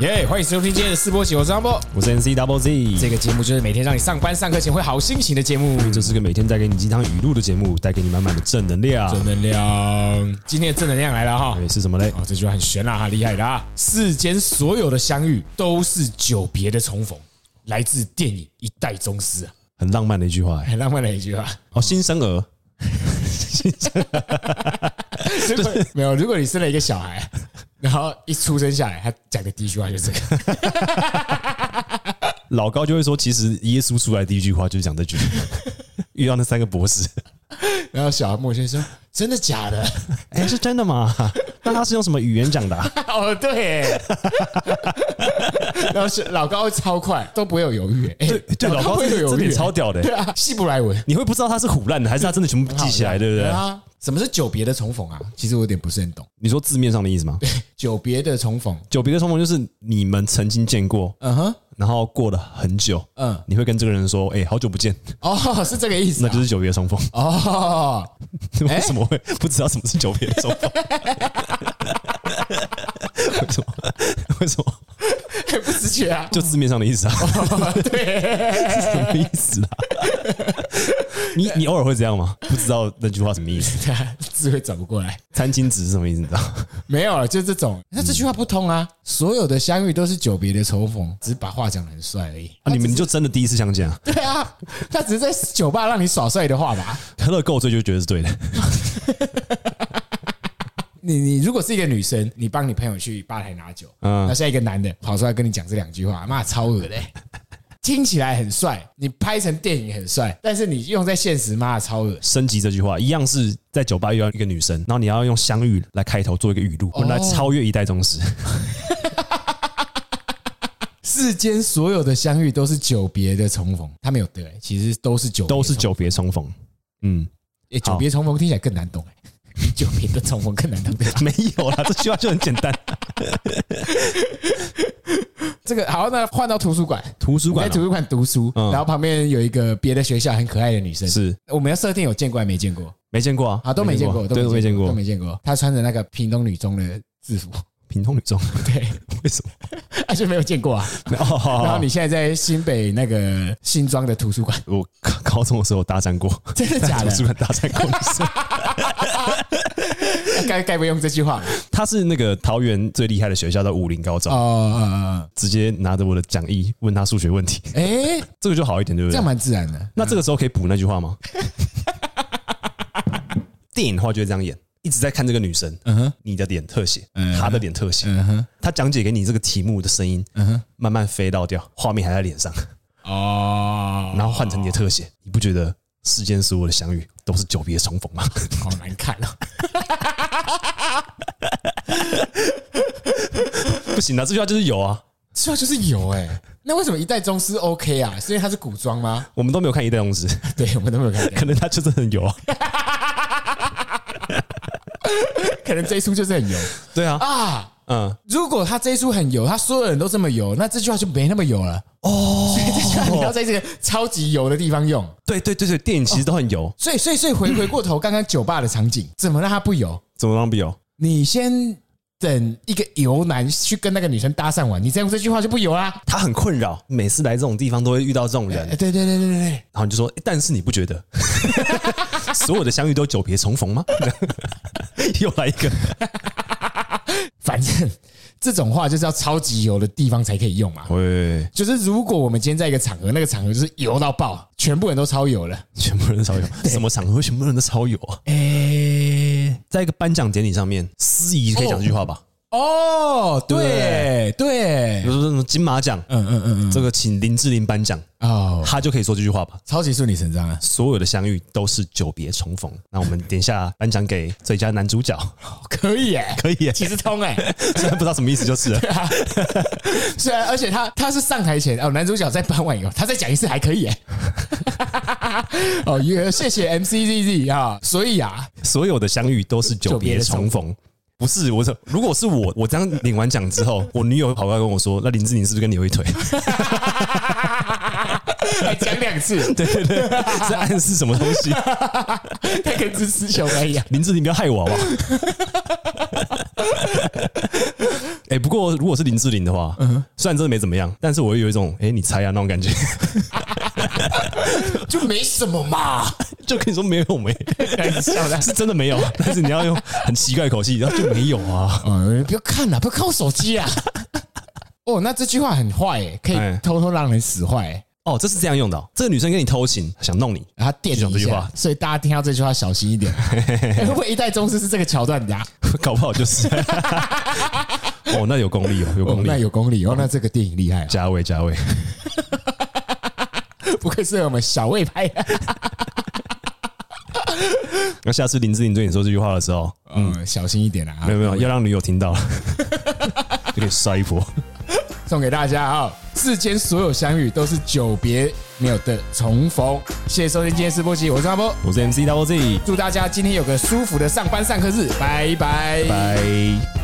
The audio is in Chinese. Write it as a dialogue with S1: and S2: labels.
S1: 耶欢迎收听今天的四波起，我是张波。
S2: 我是 NC Double Z，
S1: 这个节目就是每天让你上班上课前会好心情的节目，
S2: 这是个每天带给你鸡汤语录的节目，带给你满满的正能量。
S1: 正能量。今天的正能量来了哈。
S2: 对，是什么嘞？
S1: 哦，这句话很悬啦，哈，厉害的啊！世间所有的相遇都是久别的重逢，来自电影《一代宗师》啊，
S2: 很浪漫的一句话、哎
S1: 很浪漫的一句话。
S2: 哦，新生儿，
S1: 如果没有，如果你生了一个小孩，然后一出生下来，他讲的第一句话就是这个，
S2: 老高就会说，其实耶稣出来第一句话就是讲这句。遇到那三个博士，
S1: 然后小孩莫先说：“真的假的
S2: 哎、是真的吗？那他是用什么语言讲的、啊？”
S1: 哦，对耶，然后是老高会超快，都不会有犹豫耶。哎
S2: 对对，老高
S1: 会
S2: 这
S1: 有犹
S2: 个这
S1: 豫
S2: 点
S1: 耶，
S2: 超屌的、
S1: 对啊，希伯来文。
S2: 你会不知道他是唬烂的，还是他真的全部记起来，对不对？
S1: 啊，什么是久别的重逢啊？其实我有点不是很懂。
S2: 你说字面上的意思吗？
S1: 久别的重逢，
S2: 久别的重逢就是你们曾经见过，
S1: 嗯哼，
S2: 然后过了很久，
S1: 嗯，
S2: 你会跟这个人说：“哎、好久不 见。
S1: 哦，是这个意”思
S2: 那
S1: 啊、
S2: 就是久别的重逢。
S1: 哦，
S2: 为什么会不知道什么是久别重逢？ 为什么？为什么？
S1: 不直觉 啊，
S2: 就字面上的意思 啊，
S1: 对，
S2: 什么意思啊？ 你你偶尔会这样吗？不知道那句话什么意思？
S1: 智慧转不过来，
S2: 餐巾纸是什么意思？你知道？啊
S1: 没有了，啊就这种。那这句话不通啊，所有的相遇都是久别的重逢，只是把话讲的很帅而已。
S2: 啊，你们就真的第一次相见啊？
S1: 对啊，他只是在酒吧让你耍帅的话吧。
S2: 喝了够醉就觉得是对的，
S1: 你你如果是一个女生，你帮你朋友去吧台拿酒，
S2: 嗯
S1: 那现在一个男的跑出来跟你讲这两句话，妈超恶的欸、听起来很帅，你拍成电影很帅，但是你用在现实，妈超恶
S2: 升级这句话一样是在酒吧遇到一个女生，然后你要用相遇来开头做一个语录，
S1: 哦
S2: 来超越一代 宗师。
S1: 世间所有的相遇都是久别的重逢，他没有对，其实都是久别
S2: 都是
S1: 重
S2: 久别重逢。 嗯，
S1: 诶久别重逢听起来更难懂、欸，比久别的重逢更难 懂。对吧
S2: 没有啦，这句话就很简单。
S1: 这个好，那换到图书馆，
S2: 图书
S1: 我在
S2: 馆啊
S1: 哎图书馆读书，
S2: 嗯
S1: 然后旁边有一个别的学校很可爱的女生，
S2: 是
S1: 我们要设定有见过还没见过
S2: 没见过啊，
S1: 啊，都没见过，
S2: 对，都没见
S1: 都
S2: 过。
S1: 没见过。她穿着那个屏东女中的制服，
S2: 屏东女中
S1: 对，
S2: 为什么？
S1: 而且没有见过啊。然后你现在在新北那个新庄的图书馆，
S2: 我高高中的时候搭讪过，
S1: 真的假
S2: 在图书
S1: 的？
S2: 馆搭讪过女 生。
S1: 该该不用这句话吧
S2: 他是那个桃园最厉害的学校，叫武林高
S1: 哦
S2: 招，
S1: 哦哦。哦
S2: 直接拿着我的讲义问他数学问题，
S1: 哎，
S2: 这个就好一点，对不
S1: 这
S2: 对
S1: 样？蛮自然的。
S2: 那这个时候可以补那句话 吗？电影的话就会这样演，一直在看这个女生，
S1: 嗯哼，
S2: 你的脸特写，
S1: 嗯
S2: 她的脸特写，
S1: 嗯哼，
S2: 她讲解给你这个题目的声音，
S1: 嗯哼，
S2: 慢慢飞到掉，画面还在脸上，
S1: 哦，
S2: 然后换成你的特写，你不觉得世间所有的相遇都是久别重逢吗？
S1: 好难看哦。
S2: 不行啊，这句话就是有啊，
S1: 这话就是有哎、那为什么一代宗师 OK 啊？是因为它是古装吗？
S2: 我们都没有看《一代宗师》，
S1: 对，我们都没有看 见，
S2: 可能他就是很油啊。
S1: 可能这一出就是很油
S2: 对啊，
S1: 啊。
S2: 嗯，
S1: 如果他这一出很油，他所有人都这么油，那这句话就没那么油了。
S2: 哦，
S1: 所以这句话你要在这个超级油的地方用。
S2: 对对对对，电影其实都很油，
S1: 所以，所以，所以回回过头，刚刚酒吧的场景，怎么让他不油？
S2: 怎么让不油？
S1: 你先等一个油男去跟那个女生搭讪完，你再用这句话就不油啦。
S2: 他很困扰，每次来这种地方都会遇到这种人，
S1: 哎，对对对对对对，
S2: 然后你就说，诶但是你不觉得 所有的相遇都久别重逢吗？ 又来一个，
S1: 反正这种话就是要超级油的地方才可以用嘛。
S2: 喂，
S1: 就是如果我们今天在一个场合，那个场合就是油到爆，全部人都超油了。
S2: 全部人都超油，什么场合全部人都超油啊？
S1: 诶，
S2: 在一个颁奖典礼上面，司仪可以讲这句话吧？
S1: 哦，对对
S2: 比，如说什么金马奖，
S1: 嗯嗯嗯
S2: 这个请林志玲颁奖，
S1: 嗯，哦，
S2: 他就可以说这句话吧？
S1: 超级顺理成章啊！
S2: 所有的相遇都是久别重逢。那我们等一下颁奖给最佳男主角，
S1: 可以耶，
S2: 可以 耶，
S1: 其实通哎、
S2: 虽然不知道什么意思就是了。
S1: 虽然而且他他是上台前哦，男主角在颁完以后，他再讲一次还可以哎、 哦，也谢谢 MCZZ 啊，所以啊，
S2: 所有的相遇都是久别重逢。不是，我说如果是我， 我这样领完奖之后，我女友跑过来跟我说：“那林志玲是不是跟你有一腿
S1: 还讲两次？” ，
S2: 对对对，在暗示什么东 西？
S1: 他跟只雌雄而已啊。
S2: 林志玲不要害我好不好？ 哎、不过如果是林志玲的话，虽然真的没怎么样，但是我会有一种哎、你猜啊那种感觉，
S1: 就没什么嘛，
S2: 就跟你说没有 没，
S1: 哎笑的。
S2: 是真的没有，啊但是你要用很奇怪的口气，然后就没有啊。
S1: 嗯，不要看了，不要看我手机啊。 哦，那这句话很坏诶，可
S2: 哎
S1: 以偷偷让人使坏诶。
S2: 哦，这是这样用的哦、这个女生跟你偷情，想弄你，
S1: 然后电
S2: 就讲
S1: 一
S2: 这句
S1: 下
S2: 话，
S1: 所以大家听到这句话小心一 点。哎会不会一代宗师是这个桥段的啊？
S2: 搞不 好就是。哦，那有功力哦，有
S1: 哦
S2: 功，力
S1: 那。有功力哦，那这个电影厉害啊，
S2: 加位加位，
S1: 不愧是我们小魏拍的。
S2: 那下次林志玲对你说这句话的时候，
S1: 嗯，小心一点啊，
S2: 没有没有，要让女友 听到，就可以摔一波。
S1: 送给大家啊、世间所有相遇都是久别没有的重逢。谢谢收听今天试播集，我是阿波，
S2: 我是 MC Double Z，
S1: 祝大家今天有个舒服的上班上课日，拜拜
S2: 拜。